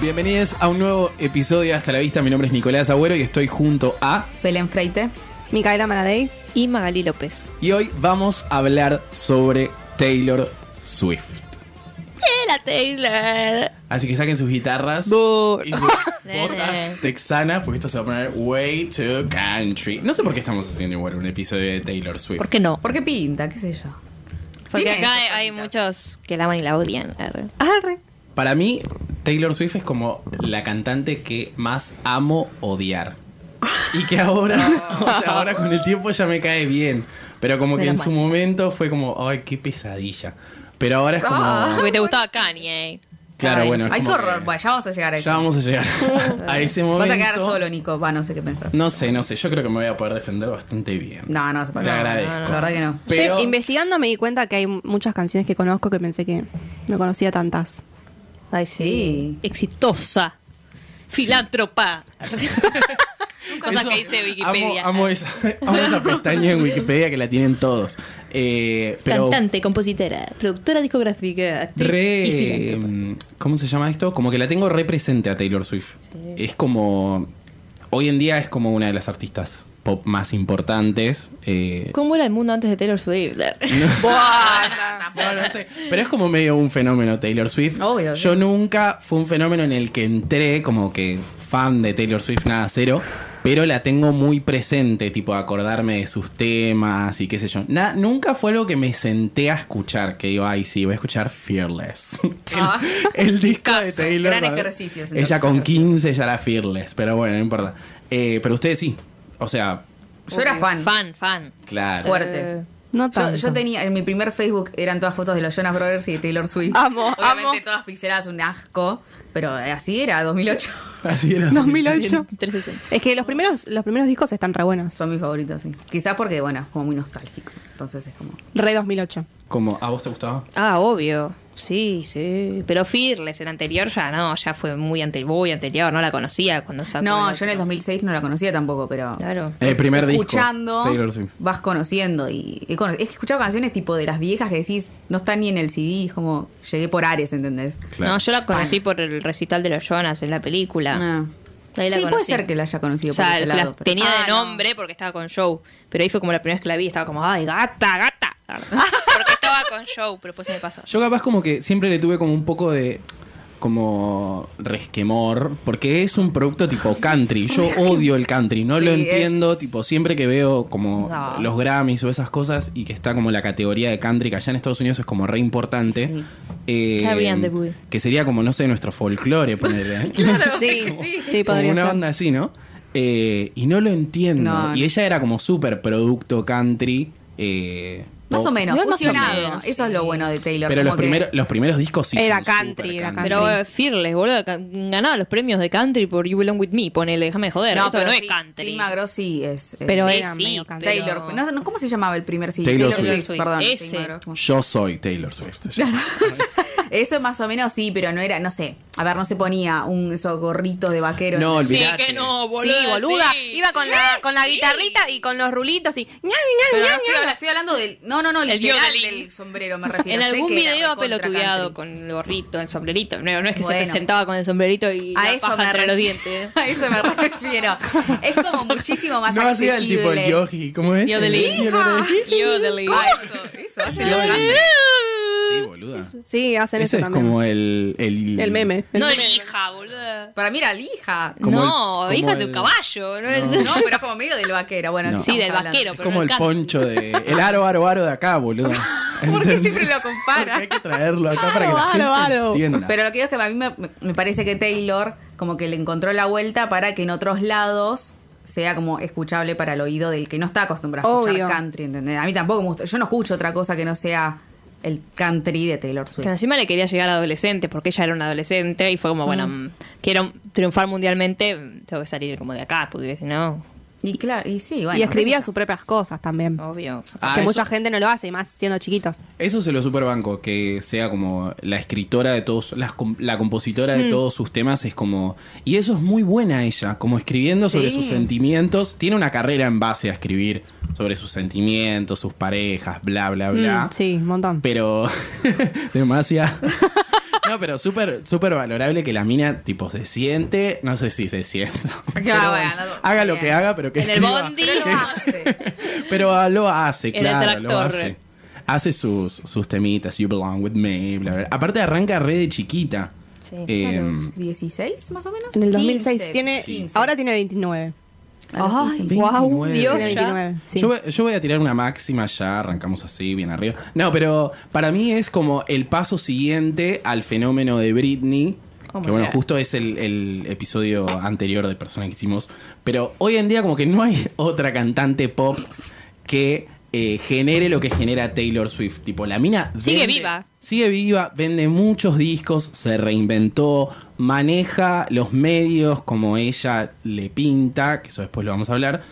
Bienvenidos a un nuevo episodio de Hasta la Vista. Mi nombre es Nicolás Agüero y estoy junto a. Belén Freite. Micaela Maradei. y Magalí López. Y hoy vamos a hablar sobre Taylor Swift. ¡La Taylor! Así que saquen sus guitarras y sus botas texanas, porque esto se va a poner way to country. No sé por qué estamos haciendo igual un episodio de Taylor Swift. ¿Por qué no? ¿Por qué pinta? ¿Qué sé yo? Porque Tiene acá hay, esas hay muchos que la aman y la odian. arre. Arre. Para mí, Taylor Swift es como la cantante que más amo odiar. Y que ahora, o sea, ahora con el tiempo ya me cae bien. Pero como que en Menos su momento fue como, ay, qué pesadilla. Pero ahora es como. Ah. Porque te gustaba Kanye. Claro, Ay, bueno. es Ay, qué como horror. que Bueno, ya vamos a llegar a eso. Ya vamos a llegar a ese momento. Vas a quedar solo, Nico. Va, no sé qué pensás. No sé, no sé. Yo creo que me voy a poder defender bastante bien. No, no, se puede. Te No, no, agradezco. no, no, la verdad que no. Pero- Yo, investigando me di cuenta que hay muchas canciones que conozco que pensé que no conocía tantas. Ay, Sí. Exitosa. Filántropa. Cosas Eso, que dice Wikipedia. Amo, amo esa, amo esa pestaña en Wikipedia que la tienen todos. Eh, pero Cantante, compositora, productora discográfica, actriz y pues. re. filántropa. mm, ¿Cómo se llama esto? Como que la tengo re presente a Taylor Swift. Es como. Hoy en día es como una de las artistas pop más importantes. eh, ¿Cómo era el mundo antes de Taylor Swift? No, no sé. Pero es como medio un fenómeno Taylor Swift. Obvio, Yo sí. nunca fue un fenómeno en el que entré como que fan de Taylor Swift, nada cero. Pero la tengo muy presente, tipo acordarme de sus temas y qué sé yo. Na- nunca fue algo que me senté a escuchar, que digo, ay, sí, voy a escuchar Fearless. Ah. el, el disco de Discazo. Taylor. Gran ¿verdad? ejercicio, entonces. Ella con 15 ya era Fearless, pero bueno, no importa. Eh, pero ustedes sí. O sea, Yo era fan. Fan, fan. claro. Fuerte. Eh, No Yo, tanto. yo tenía, en mi primer Facebook eran todas fotos de los Jonas Brothers y de Taylor Swift. Amo, Obviamente amo. todas pixeladas, un asco. Pero eh, así era, 2008. Así era. 2008. 360. Es que los primeros, los primeros discos están re buenos. Son mis favoritos, sí. Quizás porque, bueno, es como muy nostálgico. Entonces es como... Re 2008. Como, ¿a vos te gustaba? Ah, obvio. Sí, sí. Pero Fearless, el anterior ya no, ya fue muy anterior, muy anterior, no la conocía cuando sacó. No, el yo en el otro. 2006 no la conocía tampoco, pero... Claro. El Eh, primer escuchando, disco. Taylor Swift. vas conociendo. Y, y cono- es que escuchaba canciones tipo de las viejas que decís, no están ni en el CD, es como, llegué por Ares, ¿entendés? Claro. No, yo la conocí por el recital de los Jonas en la película. Ah. Ahí la Sí, puede conocí. ser que la haya conocido O sea, por ese la lado. pero- tenía Ah, de nombre porque estaba con Joe, pero ahí fue como la primera vez que la vi, estaba como, ay, gata, gata. Porque estaba con Joe, pero después se me pasó. Yo capaz como que siempre le tuve como un poco de como resquemor, porque es un producto tipo country. Yo odio el country, no lo Sí, entiendo, es- tipo siempre que veo como No. los Grammys o esas cosas y que está como la categoría de country que allá en Estados Unidos es como re importante. Sí. eh, Carrie Underwood. que sería como, no sé, nuestro folclore, ponerle. Claro, Sí, sí, sí. sí, podría como una ser. banda así, ¿no? Eh, y no lo entiendo. No, y no. ella era como súper producto country. eh, Más o pop. menos, Igual más o fusionado. menos, Eso es sí. lo bueno de Taylor. Pero los, como que- primeros, los primeros discos sí Era son country, súper era country. Pero eh, Fearless, boludo, ca- ganaba los premios de country por You Belong With Me, ponele, déjame de joder, esto no sí, es country. Tim Magro sí es. es- Pero sí, Sí, era sí, medio country. pero- Taylor. no sé, no, ¿Cómo se llamaba el primer CD? Taylor Swift. Perdón. Ese. Tim Magro, como- Yo soy Taylor Swift. Eso más o menos sí, pero no era, no sé. A ver, no se ponía un esos gorritos de vaquero. No, Sí, olvidate. que no, boludo. Sí, boluda. Iba con la, con la Sí. guitarrita y con los rulitos y. ña, ña, Pero ña, no estoy, ña. hablando- estoy hablando del. No, no, no, literal yodeling. del sombrero me refiero. En Sé algún que era video recontra pelotudeado country. con el gorrito, el sombrerito. No, no es que Bueno. se presentaba con el sombrerito y A la eso, paja me entre los refiero. dientes. a eso me refiero. Es como muchísimo más no hacía el accesible. tipo el yogi, ¿cómo es? Yodeling. El- el- Yodeling. Ah, eso, eso, hace lo grande. Sí, boluda. Sí, hacen Ese eso es también. como el, el... El meme. El No, meme. hija, boludo. Para mí era lija. Como el- no, como hija de el- un caballo. No, No. No, pero como medio del vaquero. Bueno, No. ¿qué Sí, estamos del hablando? vaquero. Es pero como no el canta. poncho de... El aro, aro, aro de acá, boluda. ¿Por qué ¿Entendés? siempre lo compara? Porque hay que traerlo acá para que Aro, la gente aro, aro. entienda. Pero lo que digo es que a mí me, me parece que Taylor como que le encontró la vuelta para que en otros lados sea como escuchable para el oído del que no está acostumbrado a escuchar Obvio. country, ¿entendés? A mí tampoco me gusta, yo no escucho otra cosa que no sea el country de Taylor Swift. Que encima le quería llegar a adolescente, porque ella era una adolescente y fue como, bueno, mm, quiero triunfar mundialmente, mm, tengo que salir como de acá, porque si no, Y claro, y sí, bueno. y escribía qué sé sus propias cosas también. obvio. Ah, que eso- mucha gente no lo hace, y más siendo chiquitos. Eso se lo superbanco, que sea como la escritora de todos, las com- la compositora Mm. de todos sus temas es como... Y eso es muy buena ella, como escribiendo sobre Sí. sus sentimientos. Tiene una carrera en base a escribir sobre sus sentimientos, sus parejas, bla, bla, bla. Mm, sí, un montón. Pero... demasiado... No, pero súper súper valorable que la mina, tipo, se siente... No sé si se siente. yo. pero Claro, bueno, bueno, no- haga lo bien. que haga, pero que... En el escriba. bondi. Pero lo hace. Pero ah, lo hace, Era el claro, lo actor. hace. Hace sus, sus temitas, You Belong With Me, bla, bla. Aparte arranca re de chiquita. Sí. A Eh, Em. los 16 más o menos. En el 2006 15, tiene, 15. ahora tiene 29. A los Ay, 15. wow, 29. Dios, Tiene ya. 29. sí. yo, voy- yo voy a tirar una máxima ya, arrancamos así, bien arriba. No, pero para mí es como el paso siguiente al fenómeno de Britney. Oh my que bueno, God. justo es el, el episodio anterior de Persona que hicimos. Pero hoy en día como que no hay otra cantante pop que eh, genere lo que genera Taylor Swift. Tipo, la mina... Sigue vende- viva. Sigue viva, vende muchos discos, se reinventó, maneja los medios como ella le pinta, que eso después lo vamos a hablar.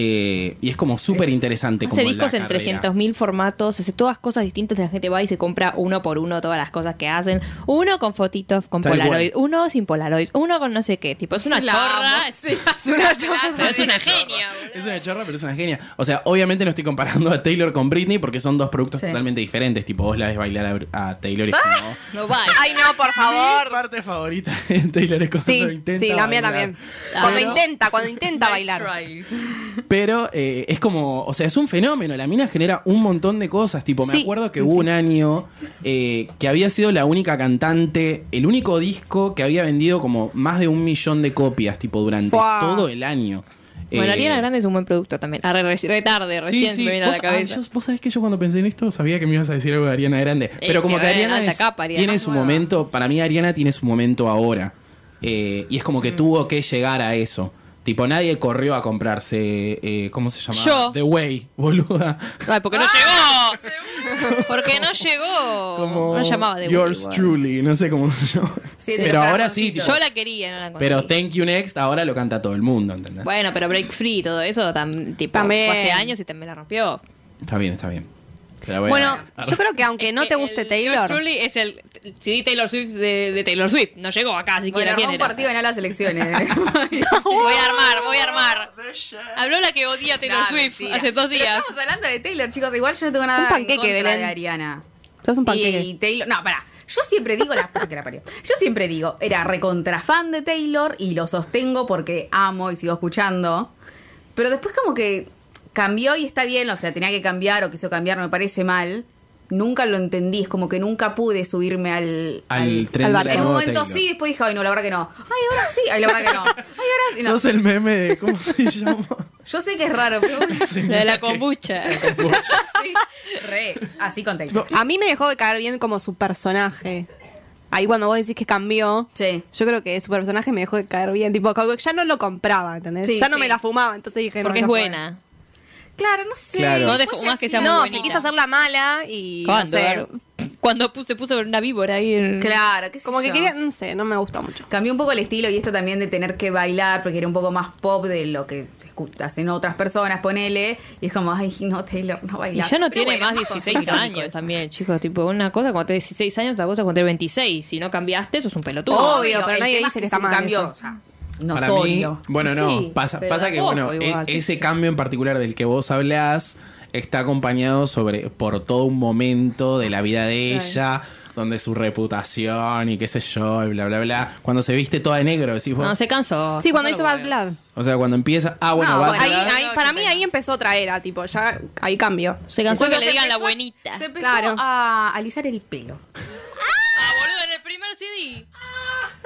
eh, y es como súper interesante. Hace discos en 300.000 formatos, hace todas cosas distintas, la gente va y se compra uno por uno todas las cosas que hacen. Uno con fotitos con Tal Polaroid, uno sin Polaroid, uno con no sé qué, tipo, es una La chorra, amo. Sí, es una chorra, pero es una genia. Es una chorra, pero es una genia. O sea, obviamente no estoy comparando a Taylor con Britney porque son dos productos Sí. totalmente diferentes. Tipo, vos la ves bailar a Br- a, Taylor y es como- No vaya. Ay, no, por Mi parte favorita de Taylor es cuando Sí, intenta sí, la mía bailar. también. Claro. Cuando intenta, cuando intenta Nice bailar. try. Pero eh, es como, o sea, es un fenómeno. La mina genera un montón de cosas. Tipo, me Sí. acuerdo que hubo un año eh, que había sido la única cantante, el único disco que había vendido como más de un millón de copias, tipo, durante Fua. todo el año. Bueno, Eh, Ariana Grande es un buen producto también. Ah, Arre, reci- retarde, Sí, recién sí. se me vino a Vos, la cabeza. ah, yo- vos sabés que yo cuando pensé en esto sabía que me ibas a decir algo de Ariana Grande. Pero como que que va en Ariana, alta es- capa, Ariana. tiene su Nueva. momento, para mí Ariana tiene su momento ahora. Eh, y es como Mm. que tuvo que llegar a eso. Tipo, nadie corrió a comprarse, eh, ¿cómo se llama? Yo. The Way, boluda. Ay, porque no Ah, llegó. Porque no llegó. Como no llamaba de Yours Woody, igual. Truly, no sé cómo se llama. Sí, de pero los ahora sí, corazoncitos. tipo, Yo la quería, no la conseguí. pero Thank You Next ahora lo canta todo el mundo, ¿entendés? Bueno, pero Break Free, todo eso, tam- tipo, También. fue hace años y también la rompió. Está bien, está bien. Pero Bueno, yo creo que aunque no Es te que guste Eh, el Yours Taylor, Truly es el CD Taylor Swift de, de Taylor Swift. No llegó acá siquiera. Bueno, ¿Quién armó un era? partido en las elecciones. ¿eh? Voy a armar, voy a armar. Habló la que odia a Taylor No, Swift mentira. hace dos Pero días. estamos hablando de Taylor, chicos. Igual yo no tengo nada Un panqueque, en contra Belén. de Ariana. sos un panqueque. Y Taylor, no, pará. Yo siempre digo la puta que la parió. Yo siempre digo, era recontrafan de Taylor y lo sostengo porque amo y sigo escuchando. Pero después como que cambió y está bien, o sea, tenía que cambiar o quiso cambiar, no me parece mal. Nunca lo entendí, es como que nunca pude subirme al Al tren de la barco. En un nueva momento Taylor. sí, después dije, ay no, la verdad que no. Ay, ahora sí, ay la verdad que no. Ay, ahora sí. No. Sos el meme de, ¿cómo se llama? Yo sé que es raro, pero bueno, La de la kombucha. sí, re, así con Taylor. A mí me dejó de caer bien como su personaje. Ahí cuando vos decís que cambió, Sí. yo creo que su personaje me dejó de caer bien. Tipo, como que ya no lo compraba, ¿entendés? Sí, ya no sí. me la fumaba, entonces dije... no, Porque es ya fue. buena. Claro, no sé. Claro. después No te fumas se que sea hacía- muy No, bonita. se quiso hacer la mala y... no ¿Cuándo? sé. Cuando pu- se puso una víbora ahí en... Claro, qué sé Como que yo. quería... No sé, no me gustó mucho. Cambió un poco el estilo y esto también de tener que bailar, porque era un poco más pop de lo que se escu- hacen otras personas, ponele. Y es como, ay, no, Taylor, no Y bailar. ya no Pero tiene bueno, más es 16 icónico años eso. también, chicos. Tipo, una cosa cuando tenés 16 años, otra cosa cuando tenés 26. Si no cambiaste, sos un pelotudo. Oh, Obvio, pero el nadie tema dice es que está es un mal cambio, eso. o sea, Para mí, notorio. bueno, no, Sí, pasa, pero pasa da que poco bueno, e- igual. ese cambio en particular del que vos hablás está acompañado sobre por todo un momento de la vida de ella, donde su reputación y qué sé yo, y bla bla bla, cuando se viste toda de negro, decís vos. No, se cansó. Sí, cuando No hizo lo Bad veo. Blood. O sea, cuando empieza, ah, bueno, No, va bueno, Ahí, Bad Blood, ahí, para mí 80. ahí empezó otra era, tipo, ya ahí cambió. Se cansó Cuando que se le digan la empezó- buenita. Se empezó Claro. a alisar el pelo. Ah, boludo, en el primer CD.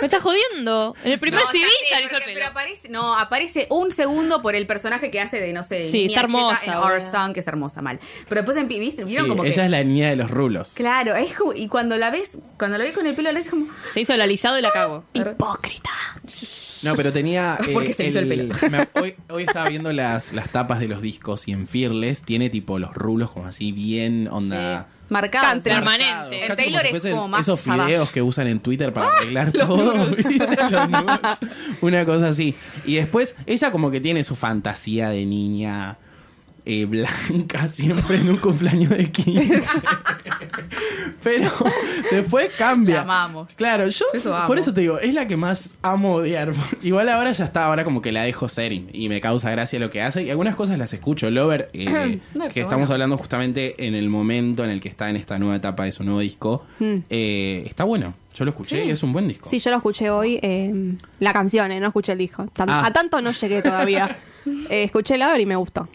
Me estás jodiendo. En el primer No, CD ya sé, salió el porque- Pero pelo. aparece, no, aparece un segundo por el personaje que hace de, no sé, de Sí, niña está hermosa, cheta en Our boluda. Song, que es hermosa, mal. Pero después, en, ¿viste? Sí, ¿Vieron como ella que, es la niña de los rulos. Claro, es como- y cuando la ves, cuando la ves con el pelo, la ves como... Ah. Se hizo el alisado y la cago. Hipócrita. No, pero tenía. eh, Porque se hizo el pelo. me- hoy, hoy estaba viendo las, las tapas de los discos y en Fearless tiene tipo los rulos como así, bien onda. Marcado. Country, Marcado. Permanente. En Casi Taylor si es fuesen como más Esos abajo. Ah, fideos que usan en Twitter para arreglar todo. ¿viste? Los nudes. Una cosa así. Y después, ella como que tiene su fantasía de niña. eh, blanca siempre en un cumpleaños de 15 pero después cambia La amamos. claro yo Eso amo. por eso te digo es la que más amo odiar igual ahora ya está ahora como que la dejo ser y, y me causa gracia lo que hace y algunas cosas las escucho Lover eh, No, está que estamos bueno. hablando justamente en el momento en el que está en esta nueva etapa de su nuevo disco. Mm. Eh, está bueno, yo lo escuché Sí. y es un buen disco. Sí, yo lo escuché hoy, eh, la canción, eh, no escuché el disco. Tan- Ah. A tanto no llegué todavía. Eh, escuché el Ador y me gustó.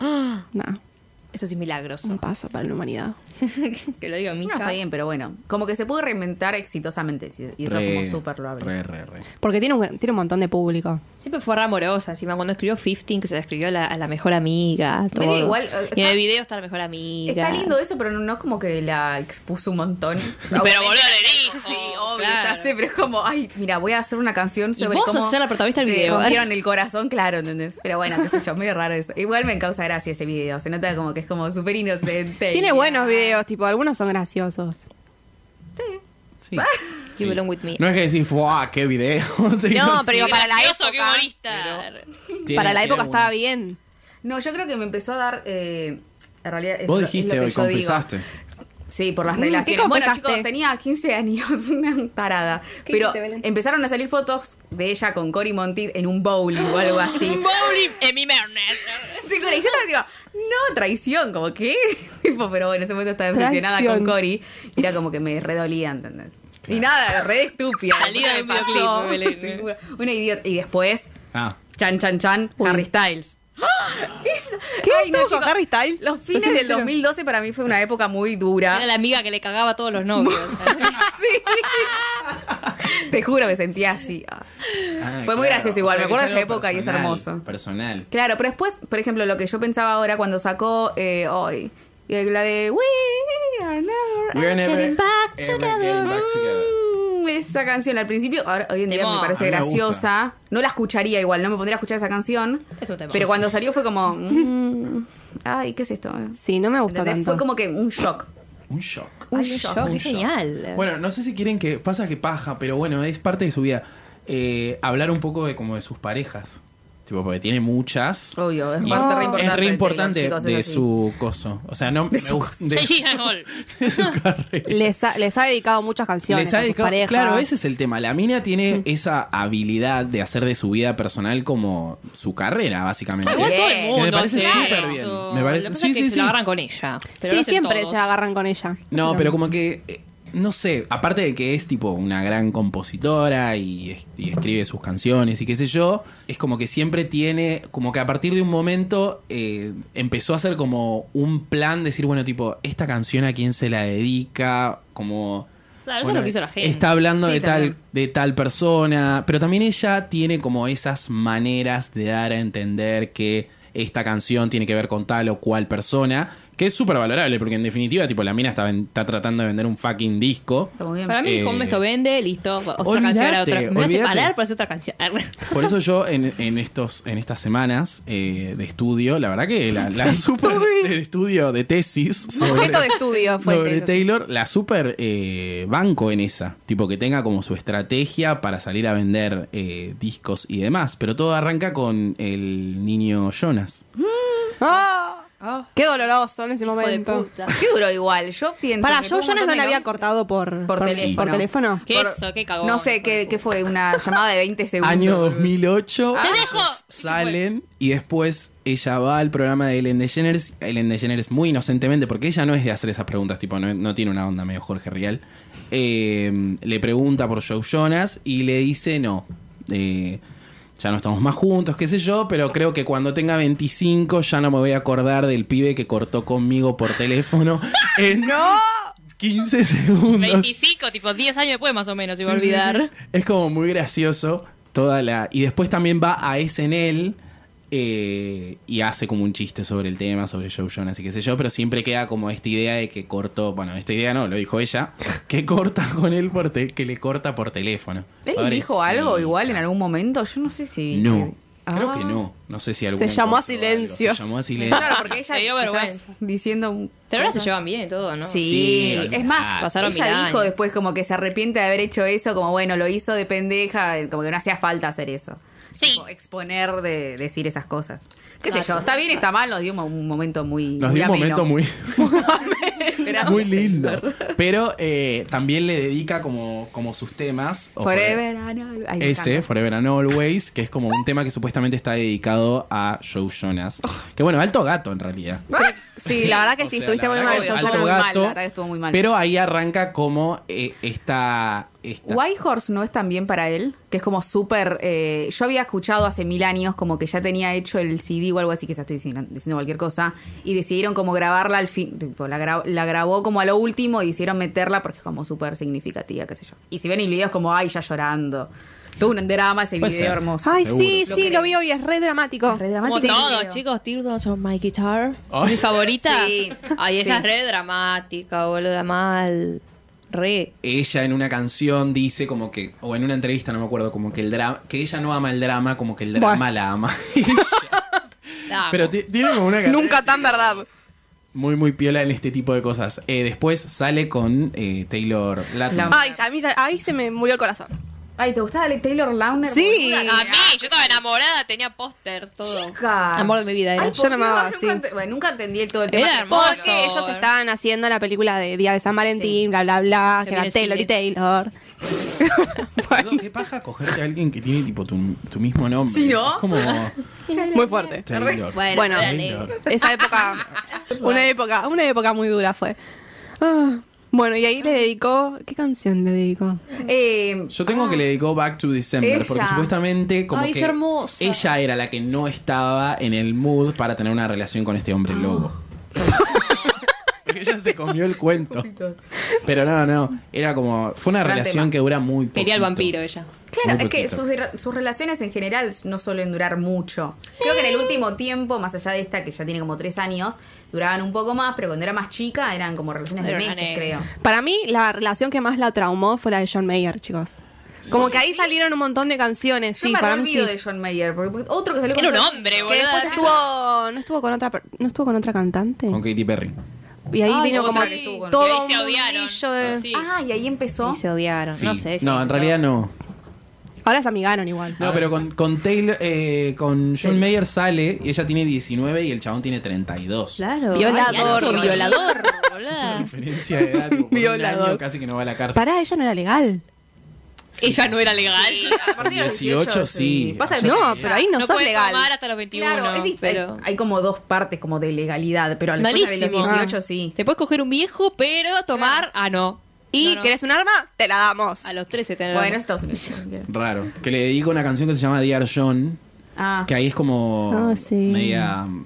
Nada, Eso sí es milagroso. un paso para la humanidad. que lo digo No, está bien, pero bueno. Como que se pudo reinventar exitosamente. sí, Y eso Re, como súper loable. Re, re, re. Porque tiene un, tiene un montón de público. Siempre fue re amorosa. Encima cuando escribió 15, que se la escribió a la, a la mejor amiga. Todo. Mira, igual, eh, y en está- el video está la mejor amiga. Está lindo eso, pero no es como que la expuso un montón. Pero boludo, le dijo, Sí, obvio, ya claro. sé, pero es como, ay, mira, voy a hacer una canción sobre vos cómo sos la protagonista del te video. ¿eh? rompieron el corazón, claro, ¿entendés? Pero bueno, qué sé yo, medio raro eso. Igual me causa gracia ese video, se nota como que es como súper inocente. Tiene Y- buenos videos, tipo, algunos son graciosos. Sí. Ah, You belong with me. No es que decís, ¡buah, qué video! no, No, pero digo, para la Gracioso, época. qué humorista. para la época estaba bien. No, yo creo que me empezó a dar... eh, en realidad, es Vos lo- es lo dijiste que hoy, yo digo. confesaste. Sí, por las Mm, relaciones. ¿qué Bueno, confesaste? chicos, tenía 15 años, una tarada. ¿Qué Pero hiciste, Belén? empezaron a salir fotos de ella con Cory Monti en un bowling o algo así. bowling en mi mernet. Sí, con ella estaba tipo, no, traición, como que. Tipo, pero bueno, en ese momento estaba obsesionada Traición. con Cory. Y era como que me redolía, ¿entendés? Y nada, re estúpida. Salida de del videoclip, Belén. eh. Una idiota. Y después, Ah, chan, chan, chan, Harry Styles. ¡Ah! Es- ¿Qué Ay, no, estuvo con chicos, Harry Styles? Los Yo fines sí del me entero. 2012 para mí fue una época muy dura. ¿ah? Era la amiga que le cagaba a todos los novios. Sí. Te juro, me sentía así. Ah. Ah, Fue muy gracioso igual, me que acuerdo es de esa algo época y es personal, hermoso. Personal. Claro, pero después, por ejemplo, lo que yo pensaba ahora cuando sacó eh, hoy, eh, la de We are never, We are never getting back ever together. getting back together. Mm, Esa canción al principio, ahora, hoy en día Temón. me parece A mí me graciosa. No la escucharía igual, no me pondría a escuchar esa canción. Es un temón. Pero cuando salió fue como, mm, ay, ¿qué es esto? Sí, no me gustó ¿Entendés? tanto. Fue como que un shock. Un shock. Un Ay, un shock. shock, Un qué shock. genial. Bueno, no sé si quieren que. Pasa que paja, pero bueno, es parte de su vida. Eh, hablar un poco de como de sus parejas. Tipo, porque tiene muchas. Obvio, es Y bastante re es importante. re Taylor, importante chicos, es de así. su coso. O sea, no. De me su gu- coso. de- J.J. Hall. de su carrera. Les ha, les ha dedicado muchas canciones Les ha a sus dedicado- parejas. Claro, ese es el tema. La mina Mm. tiene esa habilidad de hacer de su vida personal como su carrera, básicamente. Ah, igual todo Bien. el Que mundo. me parece hace súper eso. bien. Me Lo que parece- pasa sí, es que sí, se la sí. agarran con ella. Pero lo sí, hacen siempre todos. se agarran con ella. No, pero como que, eh, no sé, aparte de que es tipo una gran compositora y, es- y escribe sus canciones y qué sé yo, es como que siempre tiene, como que a partir de un momento eh, empezó a hacer como un plan, decir, bueno, tipo, esta canción a quién se la dedica, como... Claro, eso bueno, es lo que hizo la gente. Está hablando Sí, de, tal, también. de tal persona, pero también ella tiene como esas maneras de dar a entender que esta canción tiene que ver con tal o cual persona, que es súper valorable, porque en definitiva, tipo, la mina está, ven- está tratando de vender un fucking disco. Está muy bien. Para mí, Eh, como esto vende, listo. Otra olvidate, canción era otra. Me voy a olvidate. separar para hacer otra canción. Por eso yo en, en estos, en estas semanas eh, de estudio, la verdad que la, la super de estudio de tesis sobre, Objeto de estudio fue sobre Taylor. Taylor, la super eh, banco en esa, tipo que tenga como su estrategia para salir a vender eh, discos y demás, pero todo arranca con el niño Jonas. ¡Ah! Oh, Qué doloroso en ese hijo de momento. puta. Qué duro igual. Yo pienso. Para, que yo tuvo un Jonas no montón le de había novias. cortado por, Por teléfono. por teléfono. ¿Qué Por- eso? ¿Qué cagón? No sé qué, qué fue, una llamada de 20 segundos. Año 2008. Te ellos dejo. Salen y después ella va al programa de Ellen DeGeneres. Ellen DeGeneres muy inocentemente, porque ella no es de hacer esas preguntas, tipo, no, no tiene una onda medio Jorge Rial. Eh, le pregunta por Joe Jonas y le dice no. eh, ya no estamos más juntos, qué sé yo, pero creo que cuando tenga 25 ya no me voy a acordar del pibe que cortó conmigo por teléfono en 15 segundos. 25, tipo 10 años después más o menos, se iba a Sí, sí, olvidar. sí. Es como muy gracioso toda la. Y después también va a SNL eh, y hace como un chiste sobre el tema, sobre Joe Jonas y qué sé yo, pero siempre queda como esta idea de que cortó, bueno, esta idea no, lo dijo ella, que corta con él por te- que le corta por teléfono. Él dijo Pobrecita. algo igual en algún momento. Yo no sé si. No, creo Ah. que no. No sé si algún Se llamó a encontró algo. silencio. Se llamó a silencio. Claro, porque ella Le dio quizás vergüenza. diciendo. Pero ahora se cosas. llevan bien y todo, ¿no? Sí, Sí, es más, pasaron mil ella dijo años. después como que se arrepiente de haber hecho eso, como bueno, lo hizo de pendeja, como que no hacía falta hacer eso. Sí. Tipo, exponer de decir esas cosas. Qué sé yo, está bien, está mal, nos dio un, un momento muy Nos dio un ameno. momento muy, Gracias. muy lindo. Pero eh, también le dedica como, como sus temas. o Forever and all- Ay, me eh. Ese, encanta. Forever and Always, que es como un tema que supuestamente está dedicado a Joe Jonas. Que bueno, alto gato en realidad. Pues, Sí, la verdad que O sí, sea, estuviste la muy verdad mal. que yo alto solo- muy mal, la verdad que estuvo muy mal. Pero ahí arranca como eh, esta, esta- Whitehorse no es tan bien para él, que es como súper... eh, yo había escuchado hace mil años como que ya tenía hecho el CD o algo así, que ya estoy diciendo, diciendo cualquier cosa, y decidieron como grabarla al fin, tipo, la, gra- la grabó como a lo último y decidieron meterla porque es como súper significativa, qué sé yo. Y si ven el video es como, ay, ya llorando. Todo un drama ese Puede video ser. hermoso. Ay, Seguro. sí, Lo sí, creo. lo vi hoy, es re dramático. Es re Como dramático el todos, video. chicos, Teardrops on My Guitar. Oh. Mi favorita. Sí. Ay, ella Sí. es re dramática, boluda, mal. Re. ella en una canción dice como que, o en una entrevista, no me acuerdo, como que el drama, que ella no ama el drama, como que el drama Bueno. la ama. La amo. Pero ti- tiene como una carrera Nunca tan verdad. muy, muy piola en este tipo de cosas. Eh, después sale con eh, Taylor Lautner. La- Ay, a mí, ahí se me murió el corazón. Ay, ¿te gustaba Taylor Launer? Sí. boluda? a mí, yo estaba enamorada, tenía póster, todo. Chicas. Amor de mi vida, era. Ay, por Yo la amaba, Dios, sí. nunca, ent- bueno, nunca entendí el todo el Era tema. hermoso. Porque ellos estaban haciendo la película de Día de San Valentín, bla, bla, bla, Se que era viene Taylor el y Taylor. Boludo, qué paja cogerte a alguien que tiene tipo tu, tu mismo nombre. Sí, ¿no? Es como Muy fuerte. Taylor. Bueno, Bueno. dale. Taylor. Esa época, una época, una época muy dura fue. Ah, bueno, y ahí le dedicó, ¿qué canción le dedicó? Eh, Yo tengo que le dedicó Back to December, porque Esa. supuestamente como Ay, es que hermosa. ella era la que no estaba en el mood para tener una relación con este hombre lobo. Ah. porque ella se comió el cuento. Pero no, no, era como fue una Gran relación tema. que dura muy poco. Quería el vampiro ella. Claro, Muy es que poquito. sus, re- sus relaciones en general no suelen durar mucho. Creo que en el último tiempo, más allá de esta que ya tiene como tres años, duraban un poco más, pero cuando era más chica eran como relaciones de Era una meses, nena. creo. Para mí, la relación que más la traumó fue la de John Mayer, chicos. Como que ahí salieron un montón de canciones, Yo sí, me para re mí olvido sí. de John Mayer, porque porque otro que salió Era un John- hombre, Que boludo. después estuvo, no estuvo con otra, per- no estuvo con otra cantante. Con Katy Perry. Y ahí Ay, vino sí. como Otra que estuvo con- Y todo ahí un se odiaron. mundillo de- Sí. Ah, y ahí empezó. Y se odiaron. Sí. No sé. si no, en empezó. realidad no. Ahora se amigaron igual. No, pero con, con Taylor, eh, con John Mayer sale, y ella tiene 19 y el chabón tiene 32. Claro. Violador. Ay, alto violador, La boluda. diferencia de edad, tipo, por un Violador. año casi que no va a la cárcel. Para ella no era legal. Ella no era legal. A partir de los 18, sí. Pasa que- No, pero ahí no, ah, no sos puede legal. tomar hasta los 21. Claro, es dist- pero... hay como dos partes como de legalidad, pero a la cosa de los Malísimo. 18 sí. Te puedes coger un viejo, pero tomar. Ah, no. Y No, no. querés un arma, te la damos. A los 13 tener. Bueno, Estados Unidos. Raro. Que le dedico una canción que se llama Dear John, Ah. que ahí es como Ah, sí. media mm,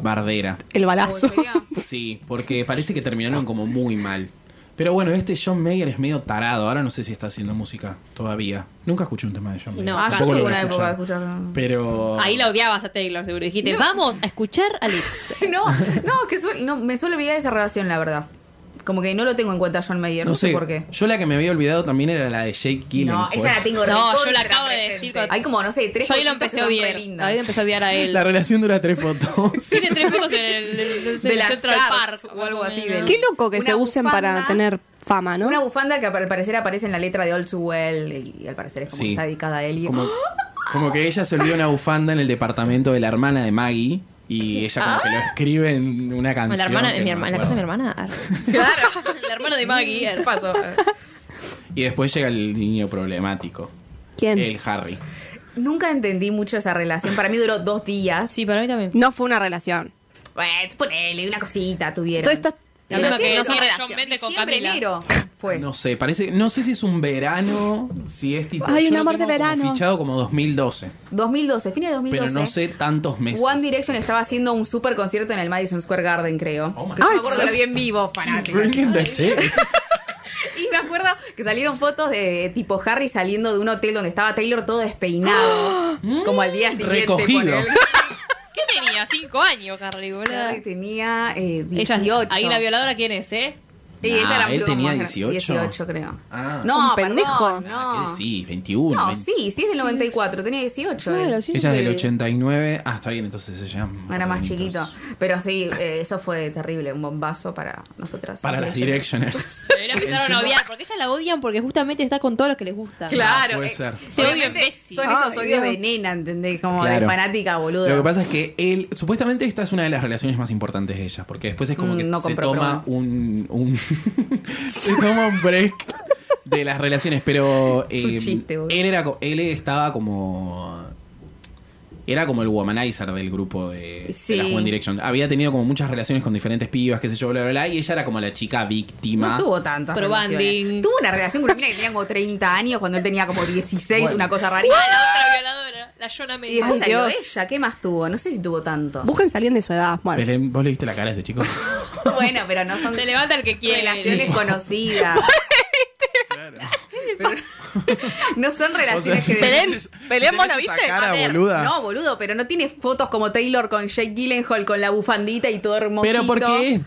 bardera. El balazo. Sí, porque parece que terminaron como muy mal. Pero bueno, este John Mayer es medio tarado. Ahora no sé si está haciendo música todavía. Nunca escuché un tema de John Mayer. No, Ah, yo Tampoco lo tuve voy a una época de escuchar. escuchar. Pero. Ahí la odiabas a Taylor, seguro. Dijiste, vamos a escuchar a Alex. No, no, que suel- no, me suele olvidar esa relación, la verdad. Como que no lo tengo en cuenta John Mayer, no, sé. por qué. Yo la que me había olvidado también era la de Jake Gyllenhaal. No, esa la tengo No, recontra yo la acabo de presente. decir cuando- Hay como, no sé, tres Yo ahí lo fotitos que empecé a son re odiar. lindas. Ahí lo empecé a odiar a él. La relación dura tres fotos. Tiene tres fotos en el, en el De las Central Cars Park o algo así De del- Qué loco que Una se usen para bufanda. tener fama, ¿no? Una bufanda que al parecer aparece en la letra de All Too Well y, y al parecer es como Sí. que está dedicada a él. y- ¡Ah! Como, como que ella se olvidó una bufanda en el departamento de la hermana de Maggie y ella como que lo escribe en una canción. La hermana, que mi no hermana, me en la casa de mi acuerdo. hermana. ar. Claro. La hermana de Maggie. ar. Paso. Y después llega el niño problemático, ¿Quién? el Harry. Nunca entendí mucho esa relación. Para mí duró dos días. Sí, para mí también. No fue una relación. Bueno, ponele una cosita, tuvieron. Todo esto es- La Pero misma sí, que no no son John relaciones. Mendes con Diciembre, Camila. enero fue. No sé, parece, no sé si es un verano, si es tipo Ay, yo un lo amor de tengo como verano. fichado como 2012, 2012, fines de 2012. pero no sé tantos meses. One Direction estaba haciendo un super concierto en el Madison Square Garden, creo. Oh my que yo God. me acuerdo que lo vi en vivo, She's fanático. breaking the tape. Y me acuerdo que salieron fotos de tipo Harry saliendo de un hotel donde estaba Taylor todo despeinado. como al día siguiente. Recogido. ponele. ¿Qué tenía? Cinco años, Harry, boludo. Harry tenía eh, Ella- 18. ahí la violadora, ¿quién es, eh? Y ella era Nah, Ah, él un poco tenía más gra- 18. 18, creo. Ah. No, Un pendejo. perdón, Ah, no. ¿qué decís? 21. No, 20. sí, sí es del 94, tenía 18. él. Ella es del 89. Ah, está bien, entonces ella. Era más chiquito. Pero sí, eh, eso fue terrible, un bombazo para nosotras. Para las Directioners. La empezaron a odiar, porque ella la odian porque justamente está con todo lo que les gusta. Claro. Ah, puede eh, ser. Se odia obviamente imbécil. Son esos Ay, odios Dios. de nena, ¿entendés? Como de Claro. fanática, boludo. Lo que pasa es que él, supuestamente esta es una de las relaciones más importantes de ella, porque después es como Mm, que no se compró, toma un, un- se toma un break de las relaciones, pero Es un eh, chiste, boludo. él era co- él estaba como era como el womanizer del grupo de, de Sí. las One Direction. Había tenido como muchas relaciones con diferentes pibas, qué sé yo, bla bla bla, y ella era como la chica víctima. No tuvo tantas Pero relaciones. banding. Tuvo una relación con una mina que tenía como 30 años cuando él tenía como 16, Bueno. una cosa rarísima. La otra violadora, la Jonah Y después Ay, salió Dios. ella. ¿Qué más tuvo? No sé si tuvo tanto. Busquen salir de su edad. Bueno. Belén, ¿vos le viste la cara a ese chico? bueno, pero no son Se levanta el que quiere. relaciones conocidas. Pero no son relaciones que... Belén, Belén, vos esa la viste? cara, A ver, boluda. No, boludo, pero no tiene fotos como Taylor con Jake Gyllenhaal con la bufandita y todo hermosito. Pero porque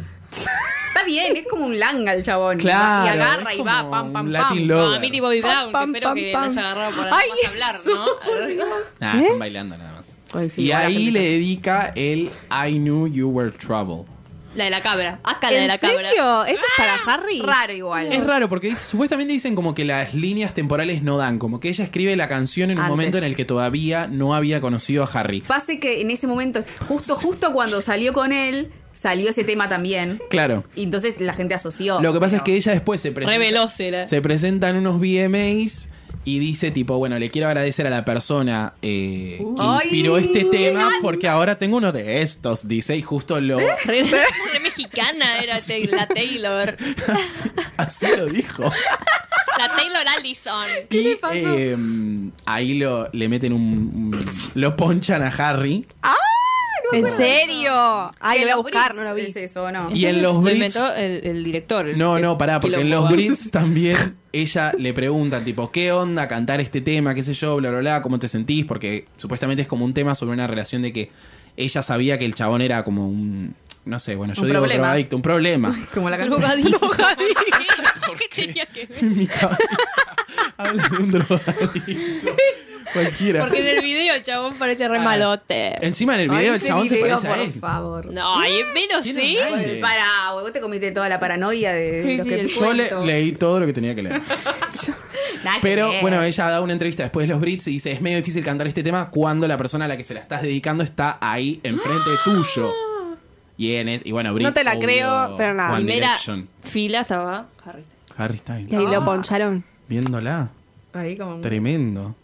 Está bien, es como un langa el chabón. Claro, Y agarra es y va, como pam, un pam, Latin pam. Lover. No, a Millie Bobby Brown, Pam, que espero pam, que pam. la haya agarrado para Ay, hablar, eso, ¿no? por Dios. Ah, ¿Eh? están bailando nada más. Ay, sí, y igual la ahí gente le se- dedica el I knew you were trouble. La de la cabra. Acá la de la ¿En cabra. Ah, serio? ¿Eso es para Harry? Raro igual. Es raro porque dice- supuestamente dicen como que las líneas temporales no dan, como que ella escribe la canción en un Antes. momento en el que todavía no había conocido a Harry. Pase que en ese momento, justo, justo cuando salió con él, salió ese tema también. Claro. Y entonces la gente asoció. Lo que pasa es que Pero- ella después se presenta, Re veloz era. se presentan unos VMAs y dice tipo, bueno, le quiero agradecer a la persona eh, que Ay, inspiró este qué tema porque ahora tengo uno de estos, dice, y justo lo... Re, re mexicana era Tay- la Taylor. Así lo dijo. La Taylor Allison. y eh, ahí lo, le meten un, un- Lo ponchan a Harry. ¿En serio? Ay, lo voy a buscar, no lo vi. Es eso, ¿no? Y en Entonces, los lo Brits- inventó el, el director. el- No, el no, pará, porque en los quilombo. ¿eh? Brits también ella le preguntan, tipo, ¿qué onda cantar este tema? ¿Qué sé yo? Bla, bla, bla, ¿cómo te sentís? Porque supuestamente es como un tema sobre una relación de que ella sabía que el chabón era como un. No sé, bueno, yo Un digo problema. drogadicto, un problema. Como la canción. Drogadicto. Pues ¿Qué tenía que ver? En mi cabeza habla de un drogadicto. Cualquiera. Porque en el video el chabón parece re Ah. malote. Encima en el video Ay, el ese chabón se video, parece a él. Por favor. No, y menos Tiene sí. un aire. Para, vos te comiste toda la paranoia de Sí, lo sí, que el- te Yo le- cuento. leí todo lo que tenía que leer. Nada que Pero ver. bueno, eh. ella da una entrevista después de los Brits y dice, es medio difícil cantar este tema cuando la persona a la que se la estás dedicando está ahí enfrente ¡Ah! tuyo. Y, en et- y bueno, Brit, No te la obvio, creo, pero nada. One Primera Direction. fila estaba Harry. Harry Styles. Y ahí Ah. lo poncharon. Viéndola. Ahí como. Tremendo.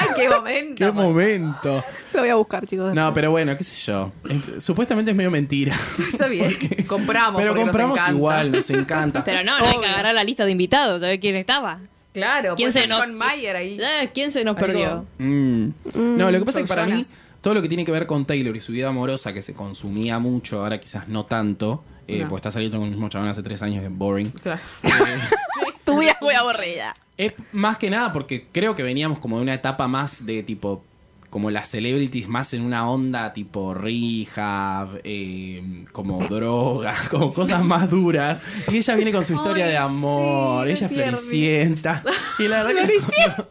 Ay, qué momento. Qué momento. Lo voy a buscar, chicos. No, pero bueno, qué sé yo. Es- Supuestamente es medio mentira. Está bien. Compramos. Pero porque nos compramos encanta. igual, nos encanta. Pero no, no hay que agarrar la lista de invitados, saber quién estaba. Claro. ¿Quién pues, se nos- John Mayer ahí. Eh, ¿Quién se nos Algo. perdió? Mm. No, lo que pasa son es que para mí, zonas. todo lo que tiene que ver con Taylor y su vida amorosa, que se consumía mucho, ahora quizás no tanto, eh, No. porque está saliendo con el mismo chabón hace tres años, que es boring. Claro. Tu vida es muy aburrida. Es más que nada porque creo que veníamos como de una etapa más de tipo, como las celebrities más en una onda tipo rehab, eh, como droga, como cosas más duras. Y ella viene con su historia Ay, de amor, sí, ella es qué tierni. floricienta. Y la verdad que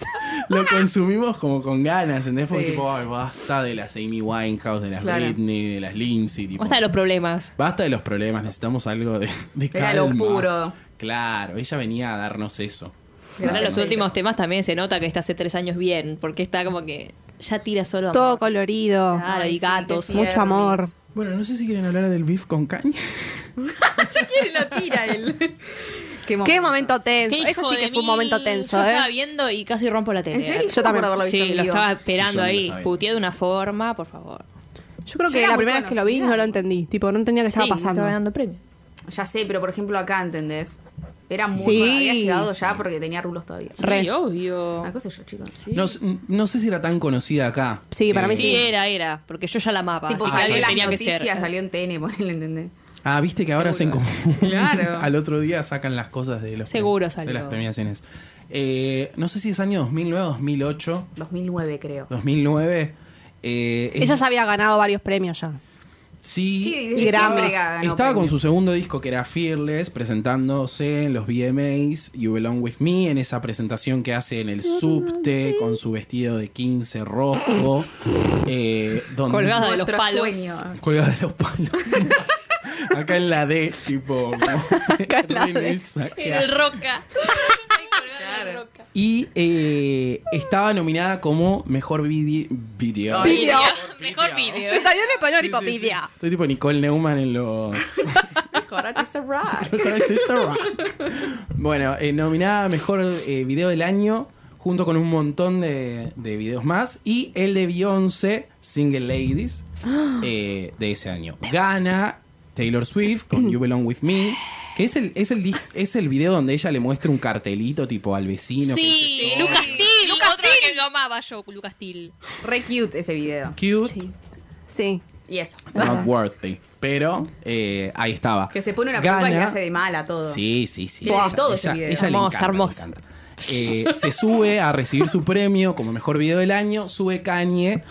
lo, lo consumimos como con ganas, ¿entendés? Porque Sí. tipo, ay, basta de las Amy Winehouse, de las Claro. Britney, de las Lindsay, tipo. Basta de los problemas. Basta de los problemas, necesitamos algo de, de Era lo calma. puro. Claro, ella venía a darnos eso. Gracias, Ahora los Marcelo. últimos temas también se nota que está hace tres años bien, porque está como que ya tira solo amor. Todo colorido. Claro, Ay, y sí, gatos. qué tiernis. Mucho amor. Bueno, no sé si quieren hablar del beef con caña. Ya quiere lo tira él. Qué momento. Qué momento tenso. Qué Eso hijo sí que de fue un mil. momento tenso, Yo estaba ¿eh? viendo y casi rompo la tele. ¿En serio? Yo también. Yo Sí, lo estaba Sí, yo esperando también lo ahí. estaba viendo. Puteé de una forma, por favor. Yo creo Yo que era la muy primera vez que lo vi conocida. no lo entendí. Tipo, no entendía qué estaba Sí, pasando. Estaba ganando premio. Ya sé, pero por ejemplo acá, ¿entendés? Era muy. Sí. Había llegado ya porque tenía rulos todavía. Sí, Re. obvio. Ah, qué sé yo, chicos. Sí. No, s- no sé si era tan conocida acá. Eh, Sí, para mí Sí, era, era, porque yo ya la amaba. Tipo, así que salió alguien en las tenía que ser. noticias, salió en TN, ponele, ¿entendés? Ah, viste que ahora Seguro. hacen como. Claro. al otro día sacan las cosas de, los Seguro pre- salió. de las premiaciones. Eh, no sé si es año 2009, 2008, 2009 creo. 2009. eh, es- Ella ya había ganado varios premios ya. Sí, Sí, y Grammys. siempre ganó Estaba con premios. su segundo disco que era Fearless, presentándose en los VMAs, You Belong With Me, en esa presentación que hace en el subte con su vestido de 15 rojo. eh, donde- Colgada Ah, de los Nuestro palos. sueño. Colgada de los palos. Acá en la D, tipo. Acá en la D. El roca. Y eh, estaba nominada como mejor vidi- video. Ay, Video. Mejor vídeo. Te salió en español Sí, sí, sí. y papilla. Estoy tipo Nicole Neumann en los. Mejor artista rock. este bueno, eh, nominada a mejor eh, video del año, junto con un montón de, de videos más. Y el de Beyoncé, Single Ladies, eh, de ese año. Gana Taylor Swift con You Belong With Me. Que es el, es, el, dis- es el video donde ella le muestra un cartelito tipo al vecino. que dice, Sí, Lucas Till, otro que lo amaba yo, Lucas Till. Re cute ese video. Cute, Sí. Y eso. not worthy. Pero eh, ahí estaba. Que se pone una Gana- peluca y le hace de mala todo. Sí, sí, sí. Tiene Ella- de todo ella- ese video. ella le Hermoso, encanta, le hermoso. encanta. Eh, se sube a recibir su premio como mejor video del año. Sube Kanye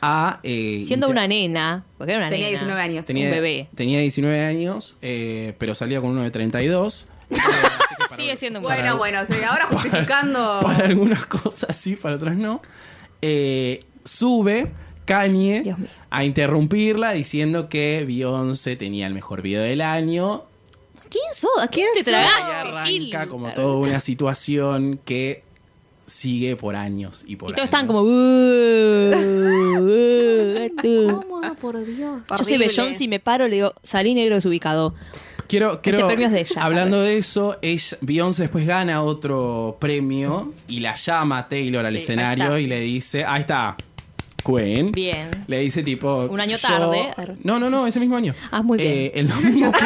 a. eh, Siendo inter- una nena, porque era una Tenía nena. 19 años. tenía, un bebé. Tenía 19 años, eh, pero salía con uno de 32. Eh, así que para- Sigue siendo un bebé. Bueno, bueno, o sea, ahora Oh. justificando. Para algunas cosas sí, para otras no. Eh, sube Kanye Dios mío. a interrumpirla diciendo que Beyoncé tenía el mejor video del año ¿Quién sos? ¿A quién te sos? Y tragaste? Gil? arranca como Claro. toda una situación que sigue por años y por Y todos años. están como. "Uh, uh, uh". Cómodo, por Dios. Yo soy Beyoncé, si me paro, le digo, salí negro desubicado. Quiero, quiero Este premio es de ella. Hablando de eso, es, Beyoncé después gana otro premio y la llama a Taylor al Sí, ahí escenario está. y le dice, ahí está, Queen. Bien. Le dice tipo... Un año "Yo-" tarde. Arre. No, no, no, ese mismo año. Ah, muy bien. Eh, en los mismos,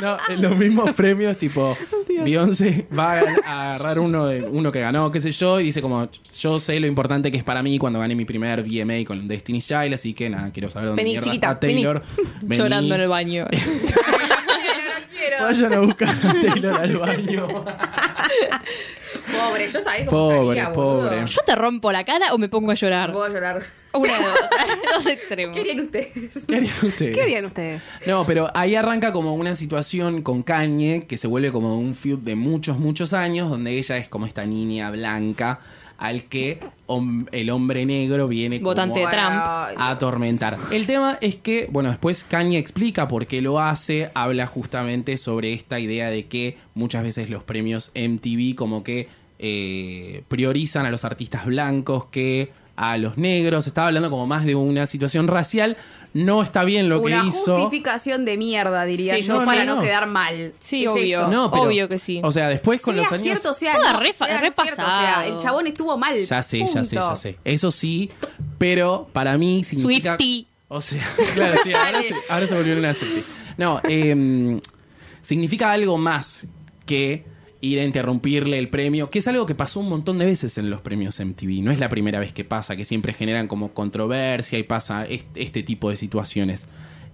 no, en los mismos premios, tipo, Beyoncé va a, a agarrar uno, de, uno que ganó, qué sé yo, y dice como, yo sé lo importante que es para mí cuando gané mi primer VMA con Destiny Child, así que nada, quiero saber dónde Vení, mierda chiquita, está Taylor. Vení. Llorando en el baño. Vayan a buscar a Taylor al baño. Pobre, yo sabía cómo Pobre, estaría, boludo. pobre. ¿Yo te rompo la cara o me pongo a llorar? Voy a llorar. Una de dos. dos extremos. ¿Qué harían ustedes? ¿Qué harían ustedes? Qué bien ustedes. No, pero ahí arranca como una situación con Kanye que se vuelve como un feud de muchos, muchos años, donde ella es como esta niña blanca al que hom- el hombre negro viene como Votante de a- Trump. a atormentar. El tema es que, bueno, después Kanye explica por qué lo hace, habla justamente sobre esta idea de que muchas veces los premios MTV como que eh, priorizan a los artistas blancos que a los negros, estaba hablando como más de una situación racial, no está bien lo Una que hizo. justificación de mierda, diría Sí, yo, no, para no, no, no. quedar mal. Sí, Es obvio. eso. No, pero- Obvio que sí. O sea, después con Sea los años. cierto, sea, Todo no, re- sea no repasado. cierto, o sea, el chabón estuvo mal. Ya sé, ya sé, ya punto. sé. Eso sí, pero para mí significa. Swiftie. O sea, claro, sí, ahora se, ahora se volvió una Swiftie. No, eh, significa algo más que ir a interrumpirle el premio, que es algo que pasó un montón de veces en los premios MTV. No es la primera vez que pasa, que siempre generan como controversia y pasa este, este tipo de situaciones.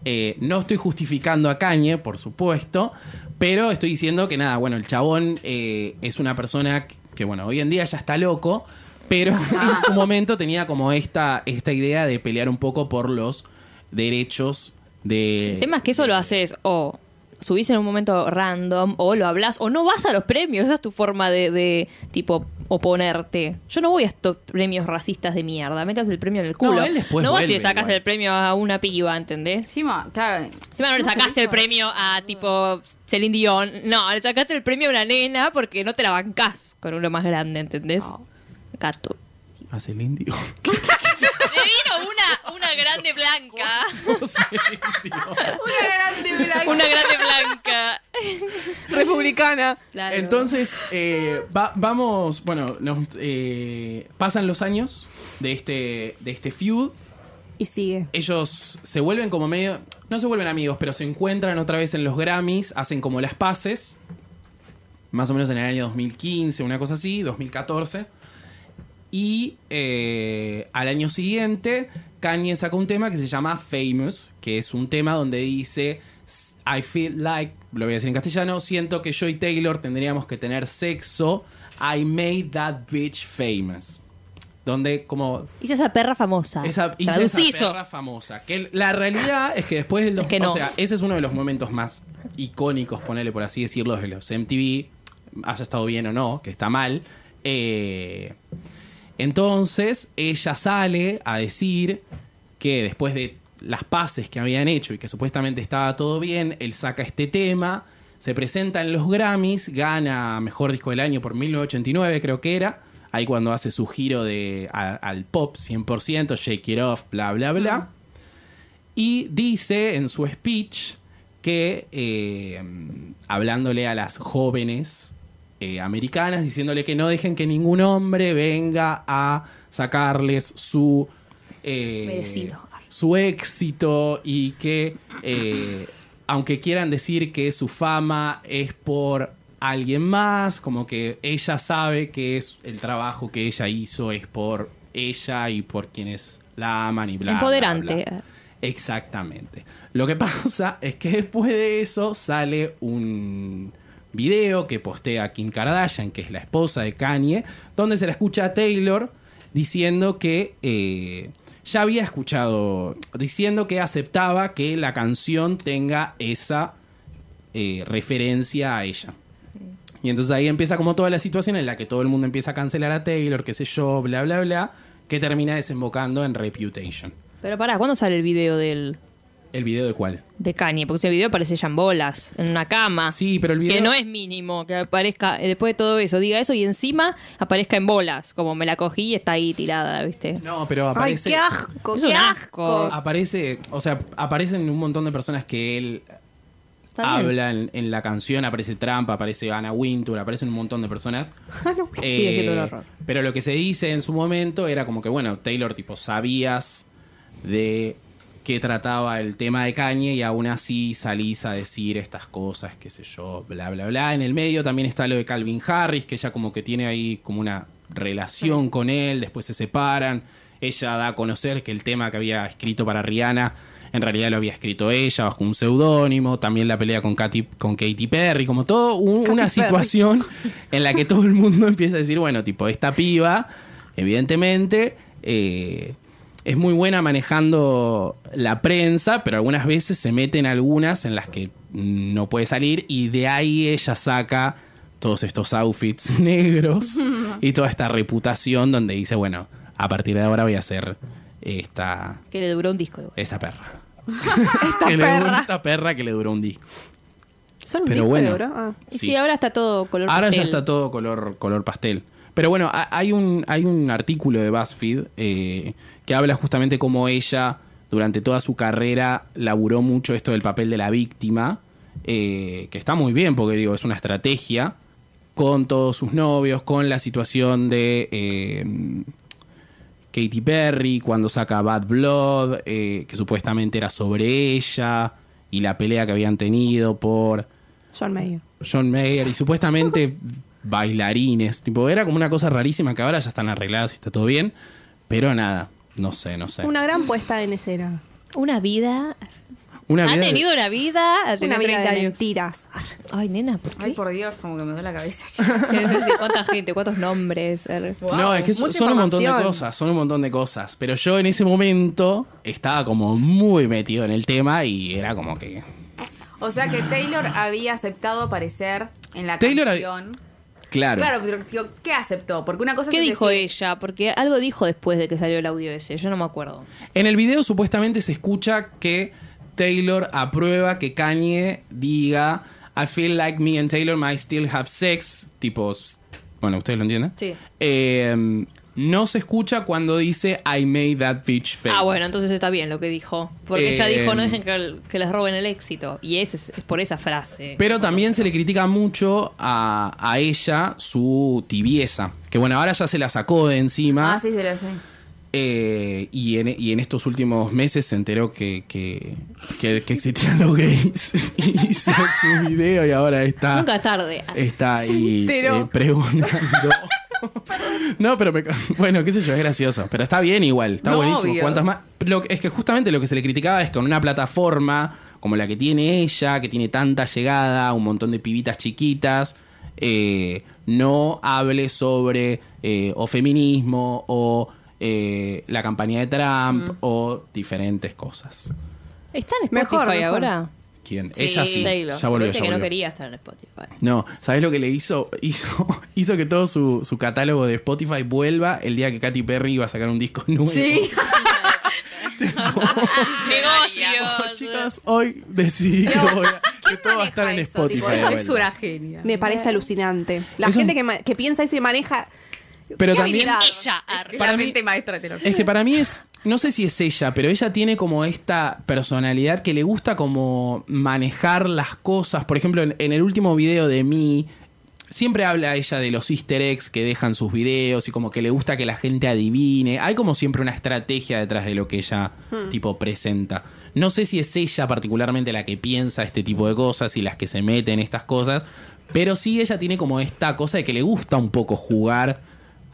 Eh, no estoy justificando a Cañe, por supuesto, pero estoy diciendo que nada, bueno, el chabón eh, es una persona que, bueno, hoy en día ya está loco, pero en su momento tenía como esta, esta idea de pelear un poco por los derechos de... El tema es que eso lo eh, haces o subís en un momento random o lo hablas o no vas a los premios. Esa es tu forma de, de, tipo oponerte. Yo no voy a estos premios racistas de mierda. Metas el premio en el culo. él después no vas y vuelve le sacas igual. el premio a una piba, ¿entendés? Encima, claro. Encima no le ¿Cómo se sacaste el hizo? premio a tipo Celine Dion. No, le sacaste el premio a una nena porque no te la bancás con uno más grande, ¿entendés? Gato. Hace el indio. Me vino una, una grande blanca. Una grande blanca. Una grande blanca. Republicana. Claro. Entonces, eh, va- vamos, bueno, nos, eh, pasan los años de este, de este feud. Y sigue. Ellos se vuelven como medio, no se vuelven amigos, pero se encuentran otra vez en los Grammys, hacen como las paces, más o menos en el año 2015, una cosa así, 2014. Y eh, al año siguiente, Kanye sacó un tema que se llama Famous, que es un tema donde dice I feel like, lo voy a decir en castellano, siento que yo y Taylor tendríamos que tener sexo. I made that bitch famous. Donde como Hice esa perra famosa. esa, hice esa Traducizo. perra famosa. Que la realidad es que después del dos- Es que no. O sea, ese es uno de los momentos más icónicos, ponele por así decirlo, de los MTV, haya estado bien o no, que está mal. Eh, entonces, ella sale a decir que después de las paces que habían hecho y que supuestamente estaba todo bien, él saca este tema, se presenta en los Grammys, gana Mejor Disco del Año por 1989, creo que era. Ahí cuando hace su giro de, a- al pop 100%, Shake It Off, bla, bla, bla. Y dice en su speech que, eh, hablándole a las jóvenes eh, americanas, diciéndole que no dejen que ningún hombre venga a sacarles su, eh, Merecido. su éxito y que, eh, aunque quieran decir que su fama es por alguien más, como que ella sabe que es el trabajo que ella hizo es por ella y por quienes la aman y bla, bla, bla. Empoderante. Exactamente. Lo que pasa es que después de eso sale un video que postea Kim Kardashian, que es la esposa de Kanye, donde se la escucha a Taylor diciendo que eh, ya había escuchado, diciendo que aceptaba que la canción tenga esa eh, referencia a ella. Y entonces ahí empieza como toda la situación en la que todo el mundo empieza a cancelar a Taylor, qué sé yo, bla, bla, bla, que termina desembocando en Reputation. Pero pará, ¿cuándo sale el video del, ¿El video de cuál? de Kanye? Porque ese video parece bolas en una cama. Sí, pero el video. Ah. Que no es mínimo que aparezca eh, después de todo eso, diga eso y encima aparezca en bolas, como me la cogí y está ahí tirada, ¿viste? No, pero Ay, aparece. qué asco, Es qué un asco. asco. Aparece. O sea, aparecen un montón de personas que él Está bien. habla en, en la canción. Aparece Trump, aparece Anna Wintour, aparecen un montón de personas. Ah, Eh, Sigue siendo un horror. Pero lo que se dice en su momento era como que, bueno, Taylor, tipo, sabías de qué trataba el tema de Kanye y aún así salís a decir estas cosas, qué sé yo, bla, bla, bla. En el medio también está lo de Calvin Harris, que ella como que tiene ahí como una relación con él, después se separan, ella da a conocer que el tema que había escrito para Rihanna en realidad lo había escrito ella bajo un seudónimo, también la pelea con, Katy, con Katy Perry, como todo un- una Katy Perry. situación en la que todo el mundo empieza a decir, bueno, tipo, esta piba, evidentemente, eh, es muy buena manejando la prensa, pero algunas veces se meten algunas en las que mm, no puede salir y de ahí ella saca todos estos outfits negros y toda esta reputación donde dice, bueno, a partir de ahora voy a ser esta, Que le duró un disco. igual. esta perra. Esta Que le duró- perra. esta perra que le duró un disco. Solo un Pero disco bueno. de oro. Ah. Y Sí. sí, ahora está todo color Ahora ya pastel. está todo color, color pastel. Pero bueno, ha- hay un, hay un artículo de BuzzFeed eh, que habla justamente cómo ella durante toda su carrera laburó mucho esto del papel de la víctima, eh, que está muy bien porque digo, es una estrategia con todos sus novios, con la situación de eh, Katy Perry, cuando saca Bad Blood, eh, que supuestamente era sobre ella, y la pelea que habían tenido por... John Mayer. John Mayer y supuestamente bailarines. Tipo, era como una cosa rarísima que ahora ya están arregladas y está todo bien. Pero nada, no sé, no sé. Una gran puesta en escena. Una vida. Una ha vida de- tenido una vida. Ha Una tenido vida 30 de años. mentiras. Ah, Ay, nena, ¿por qué? Ay, por Dios, como que me duele la cabeza. ¿Cuánta gente? ¿Cuántos nombres? Er- no, es que son- mucha son un montón de información. cosas, son un montón de cosas. Pero yo en ese momento estaba como muy metido en el tema y era como que... O sea que Taylor había aceptado aparecer en la Taylor había- canción. Claro. Claro, pero digo, ¿qué aceptó? Porque una cosa ¿Qué es dijo decir- ella? Porque algo dijo después de que salió el audio ese. Yo no me acuerdo. En el video supuestamente se escucha que Taylor aprueba que Kanye diga I feel like me and Taylor might still have sex. Tipo, s- bueno, ustedes lo entienden. Sí. Eh, no se escucha cuando dice I made that bitch famous. Ah, bueno, entonces está bien lo que dijo. Porque ella Eh, dijo, no dejen que, el- que les roben el éxito. Y ese es, es por esa frase. Pero también se le critica mucho a, a ella su tibieza. Que bueno, ahora ya se la sacó de encima. Ah, sí, se lo sé. Eh, y, en, y en estos últimos meses se enteró que, que, que- que existían los gays. y hizo su video y ahora está, Nunca es tarde. está ahí enteró. eh, pregonando No, pero me... Bueno, qué sé yo, es gracioso. Pero está bien igual, está No, buenísimo. obvio. Cuantas más... lo que- es que justamente lo que se le criticaba es que con una plataforma como la que tiene ella, que tiene tanta llegada, un montón de pibitas chiquitas, eh, no hable sobre eh, o feminismo o eh, la campaña de Trump o diferentes cosas. ¿Está en Spotify Mejor, mejor. ahora? ¿Quién? ella sí. Taylor. Ya volvió, Viste ya que no volvió. quería estar en Spotify. No, ¿sabes lo que le hizo? Hizo, hizo que todo su, su catálogo de Spotify vuelva el día que Katy Perry iba a sacar un disco nuevo. Sí. Tipo, Negocios. Oh, chicos, hoy decidí que, voy a- que todo va a estar en maneja eso? Spotify. Tipo, de esa vuelta. es una genia. Me parece alucinante. La Es un- gente que, ma- que piensa y se maneja. Pero ¿Qué también habilidad? Ella. ar- Es Para la mí- mente maestra te lo es que para mí es, no sé si es ella, pero ella tiene como esta personalidad que le gusta como manejar las cosas. Por ejemplo, en, en el último video de mí, siempre habla ella de los easter eggs que dejan sus videos y como que le gusta que la gente adivine. Hay como siempre una estrategia detrás de lo que ella tipo presenta. No sé si es ella particularmente la que piensa este tipo de cosas y las que se mete en estas cosas, pero sí ella tiene como esta cosa de que le gusta un poco jugar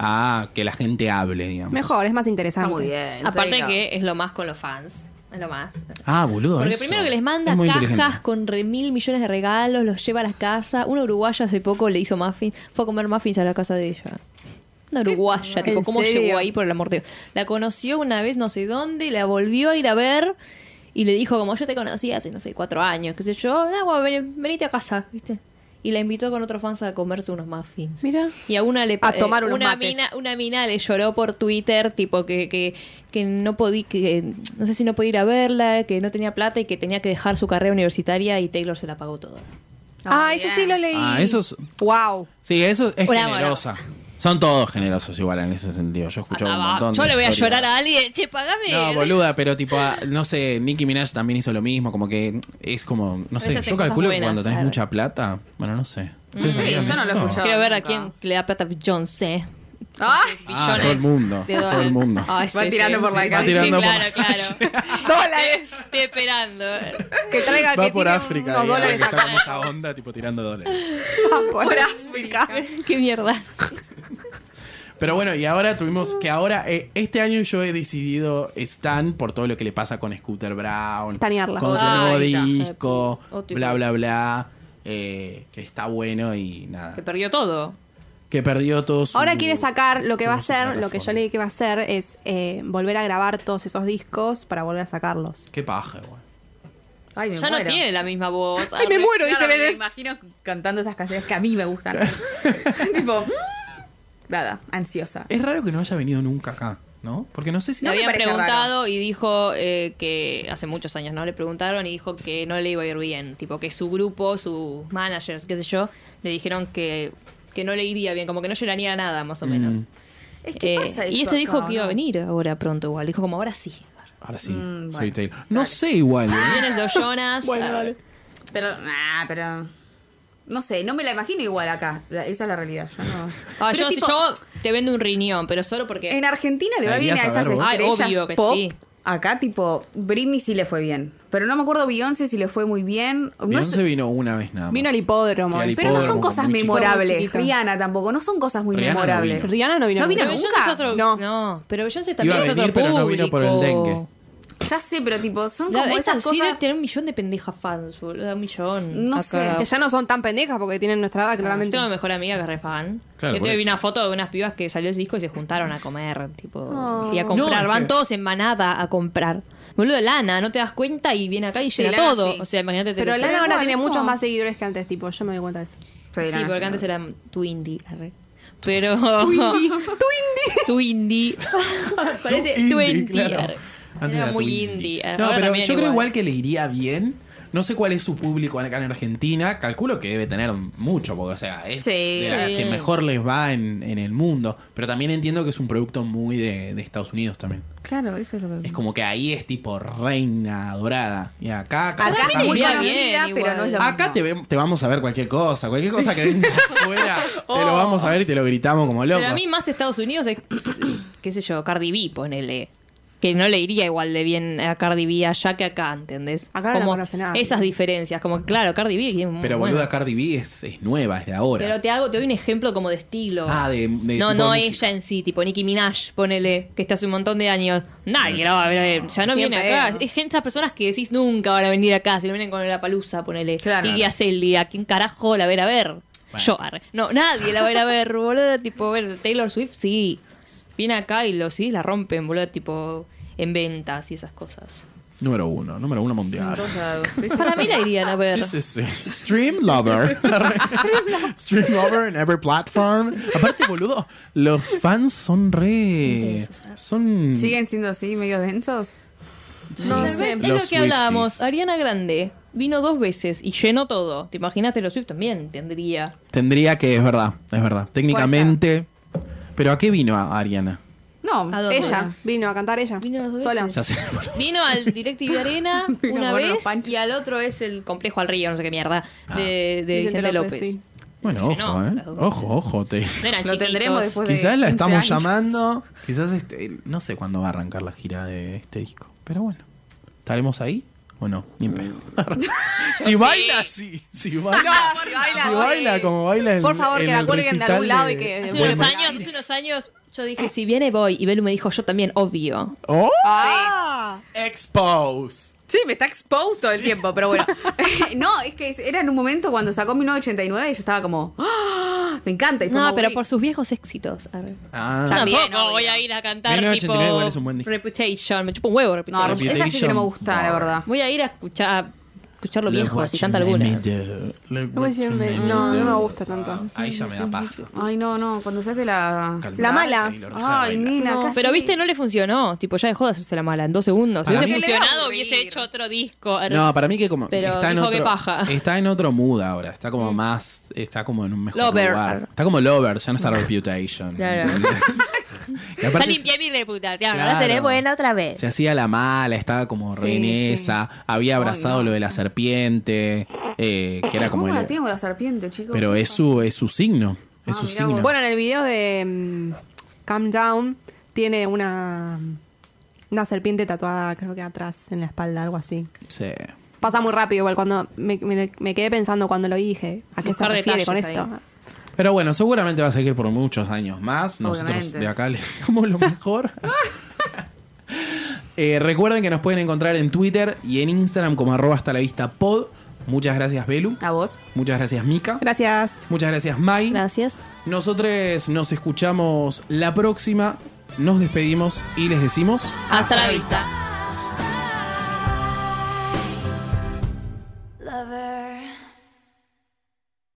a que la gente hable, digamos. Mejor, es más interesante. Está muy bien. Aparte Taylor. que es lo más con los fans. Es lo más. Ah, boludo. Porque eso. primero que les Es manda muy cajas inteligente. con re mil millones de regalos, los lleva a la casa. Una uruguaya hace poco le hizo muffins, fue a comer muffins a la casa de ella. Una uruguaya, tipo, ¿En ¿cómo serio? llegó ahí por el amor de Dios? La conoció una vez no sé dónde, la volvió a ir a ver y le dijo, como yo te conocí hace, no sé, cuatro años, qué sé yo, ah, bueno, ven- venite a casa, ¿viste? Y la invitó con otros fans a comerse unos muffins. Mira. Y a una le A tomar unos una mates. mina, una mina le lloró por Twitter, tipo que, que, que no podí, que no sé si no podía ir a verla, que no tenía plata y que tenía que dejar su carrera universitaria y Taylor se la pagó toda. Ah, Muy eso bien. sí lo leí. Ah, eso es- Wow. Sí, eso es Una generosa. amorosa. Son todos generosos igual en ese sentido. Yo escucho un Andaba, montón yo de le voy a historias. llorar a alguien, che, pagame. No, boluda, pero tipo, ah, no sé, Nicki Minaj también hizo lo mismo, como que es como, no sé, Ellas hacen yo calculo cosas que cuando buenas, tenés claro. mucha plata, bueno, no sé. Sí, ¿Ustedes sabían yo no lo eso? escuché. Quiero ver a nunca. quién le da plata a Beyoncé. Ah, Ah, todo el mundo, de todo el dólares. mundo. Ay, Va tirando por la sí, calle. sí, Va tirando por claro, la claro. Dólares. Estoy esperando. Que traiga Va que por tire África, unos digamos, dólares que acá. está como esa onda, tipo tirando dólares. Va por África. Qué mierda. Pero bueno, y ahora tuvimos que ahora, eh, este año yo he decidido Stan por todo lo que le pasa con Scooter Brown. Tanearla. Con su Ay, nuevo hija de Oh, disco, pu- otro bla, tipo. bla, bla. eh, que está bueno y nada. Que perdió todo. Que perdió todo su... Ahora quiere sacar lo que va a toda su hacer, lo que yo plataforma. leí que va a hacer es eh, volver a grabar todos esos discos para volver a sacarlos. Qué paja, güey. Ay, me Ya no muero. tiene la misma voz. Ay, me muero, dice Claro, me Belén. imagino cantando esas canciones que a mí me gustan. tipo, mm, nada, ansiosa. Es raro que no haya venido nunca acá, ¿no? Porque no sé si... Le No me habían parece preguntado y dijo eh, que hace muchos años, ¿no? Le preguntaron y dijo que no le iba a ir bien. Tipo, que su grupo, sus managers, qué sé yo, le dijeron que, que no le iría bien, como que no lloraría nada, más o menos. Mm. Es que Eh, pasa y eso esto dijo acá, que iba a ¿no? venir ahora pronto igual. Dijo como ahora sí. Ahora sí, Mm, soy bueno, Taylor. No sé igual, Ah, ¿eh? Vienes dos Jonas. ah, Pero, nah, pero. No sé, no me la imagino igual acá. La- esa es la realidad. Yo no. ah, Pero yo, tipo, yo te vendo un riñón, pero solo porque... En Argentina le va Deberías bien a esas saber vos. Ay, estrellas obvio que pop. sí. Acá, tipo, Britney sí le fue bien. Pero no me acuerdo Beyoncé si le fue muy bien. No es- Beyoncé vino una vez nada más. Vino al hipódromo. Y al pero no son hipódromo, cosas muy chiquito. Muy memorables. chiquita. Rihanna tampoco, no son cosas muy Rihanna no memorables. vino. Rihanna no vino No vino Pero Beyoncé nunca. es otro- No. no. pero Beyoncé también Iba a es otro venir, pero no vino público. por el dengue. Ya sé, pero tipo, son La- como esta esas Shirley cosas. tiene un millón de pendejas fans, boludo. Un millón. No Acá. sé. Que ya no son tan pendejas porque tienen nuestra edad, Yo claramente. tengo mi mejor amiga que es re fan. Claro, Yo por te vi eso. una foto de unas pibas que salió ese disco y se juntaron a comer, tipo, Oh. y a No, comprar. es Van que- todos en manada a comprar. Boludo, Lana, no te das cuenta y viene acá y Sí, llena Lana, todo. sí. O sea, imagínate. Pero te- Lana ahora igual, tiene es muchos como- más seguidores que antes, tipo. Yo me doy cuenta de eso. Sí, Rihanna, porque sí, antes no. era tu indie. arre. Pero. tu indie. tu indie. Parece Su tu indie, indie. claro. arre. Antes Era tu muy indie. No, Ahora pero yo también creo igual. igual que le iría bien. No sé cuál es su público acá en Argentina. Calculo que debe tener mucho, porque, o sea, es Sí. de las que mejor les va en, en el mundo. Pero también entiendo que es un producto muy de, de Estados Unidos también. Claro, eso es lo que. Es como que ahí es tipo reina dorada. Y acá, acá, Acá Para es mí muy iría conocida, bien, pero no es lo igual. acá mismo. te, vem- te vamos a ver cualquier cosa. Cualquier cosa que venga de afuera, te Oh. lo vamos a ver y te lo gritamos como loco. Pero a mí más Estados Unidos es, qué sé yo, Cardi B, ponele. que no le iría igual de bien a Cardi B allá que acá, ¿entendés? Acá no la como conoce nadie. esas diferencias, como que, claro, Cardi B es muy Pero buena. boluda, Cardi B es, es nueva, es de ahora. Pero te hago, te doy un ejemplo como de estilo. Ah, de- de tipo no, de no música. ella en sí, tipo Nicki Minaj, ponele, que está hace un montón de años. Nadie la va a ver, ya no Ni en viene acá. pedo. Es gente, esas personas que decís nunca van a venir acá, si no vienen con la palusa, ponele. Claro. Iggy Azalea, ¿a quién carajo la va a ver a ver? Yo, arre. No, nadie la va a ir a ver, boludo. Tipo, a ver, Taylor Swift sí. Viene acá y lo sí, la rompen, boludo, tipo en ventas y esas cosas. Número uno, número uno mundial. Para mí la irían a ver. Sí, sí, sí. Stream lover. Stream lover en every platform. Aparte, boludo, los fans son re. Son. ¿Siguen siendo así, medio densos? Tal vez es lo Los que Swifties. hablábamos. Ariana Grande vino dos veces y llenó todo. ¿Te imaginaste los Swift también? Tendría. Tendría que, es verdad, es verdad. Técnicamente. Pero ¿a qué vino a Ariana? No, ¿A dónde? Ella vino a cantar ella. Vino dos sola. veces. Ya sé. Vino al DirecTV Arena Vino una a ver los vez panchos. y al otro es el complejo al río, no sé qué mierda, Ah. de, de Vicente, López. sí. Bueno, ojo, ¿eh? Ojo, ojo. Te... No eran Lo chiquitos. tendremos después de Quizás la 15 estamos años. llamando. Quizás este, no sé cuándo va a arrancar la gira de este disco. Pero bueno, ¿estaremos ahí o no? Ni en pedo. si baila, sí. Si baila, si baila, si Ah, sí. baila como baila el Por favor, que en la el cuelguen de recital algún lado y que- Hace Bueno, unos bueno. años, hace unos años yo dije, si viene voy. Y Belu me dijo, yo también, obvio. ¡Oh! Ah, Expose. Sí, me está exposed todo el tiempo, pero bueno. no, es que era en un momento cuando sacó 1989 y yo estaba como, ¡Ah! me encanta. Y fue No, como, pero uy, por sus viejos éxitos. A ver. Yo Ah, También, Tampoco obvio. voy a ir a cantar 1989 tipo igual es un buen disco. Reputation. Me chupa un huevo No, Reputation. esa sí que no me gusta, la verdad. Voy a ir a escuchar, a escuchar lo Look viejo, what si you canta made me alguna. do. Look Look what what you you made- made no, me no me do. gusta tanto. Ahí ya me da paja. Ay, no, no, cuando se hace la... Calmate, La mala. Taylor, deja de Ay, bailar. nena, No. casi. Pero viste, no le funcionó. Tipo, ya dejó de hacerse la mala en dos segundos. Si Para hubiese mí- funcionado, Porque le debe hubiese aburrir. hecho otro disco. No, para mí que como Pero está en dijo que otro paja. está en otro mood ahora, está como más está como en un mejor Lover. lugar. Está como Lover, ya no está Reputation. Claro. ¿entendés? Y Ya aparte limpié mi reputación. Claro. Ahora seré buena otra vez. se hacía la mala, estaba como re en sí. esa, había abrazado lo de la serpiente, eh, que era como ¿Cómo la el- tiene con la serpiente, chicos? pero es su es su signo, es Ah, su mirá signo. vos. Bueno, en el video de mm, Calm Down tiene una, mm, una serpiente tatuada, creo que atrás, en la espalda, algo así. Sí. Pasa muy rápido, igual cuando me, me- me quedé pensando cuando lo vi, dije, ¿a qué se Buscar refiere con detalles esto? ahí. Pero bueno, seguramente va a seguir por muchos años más. Nosotros Obviamente. de acá le deseamos lo mejor. Eh, recuerden que nos pueden encontrar en Twitter y en Instagram como arroba hasta la vista pod. Muchas gracias, Belu. A vos. Muchas gracias, Mika. Gracias. Muchas gracias, Mai. Gracias. Nosotros nos escuchamos la próxima. Nos despedimos y les decimos... Hasta la vista.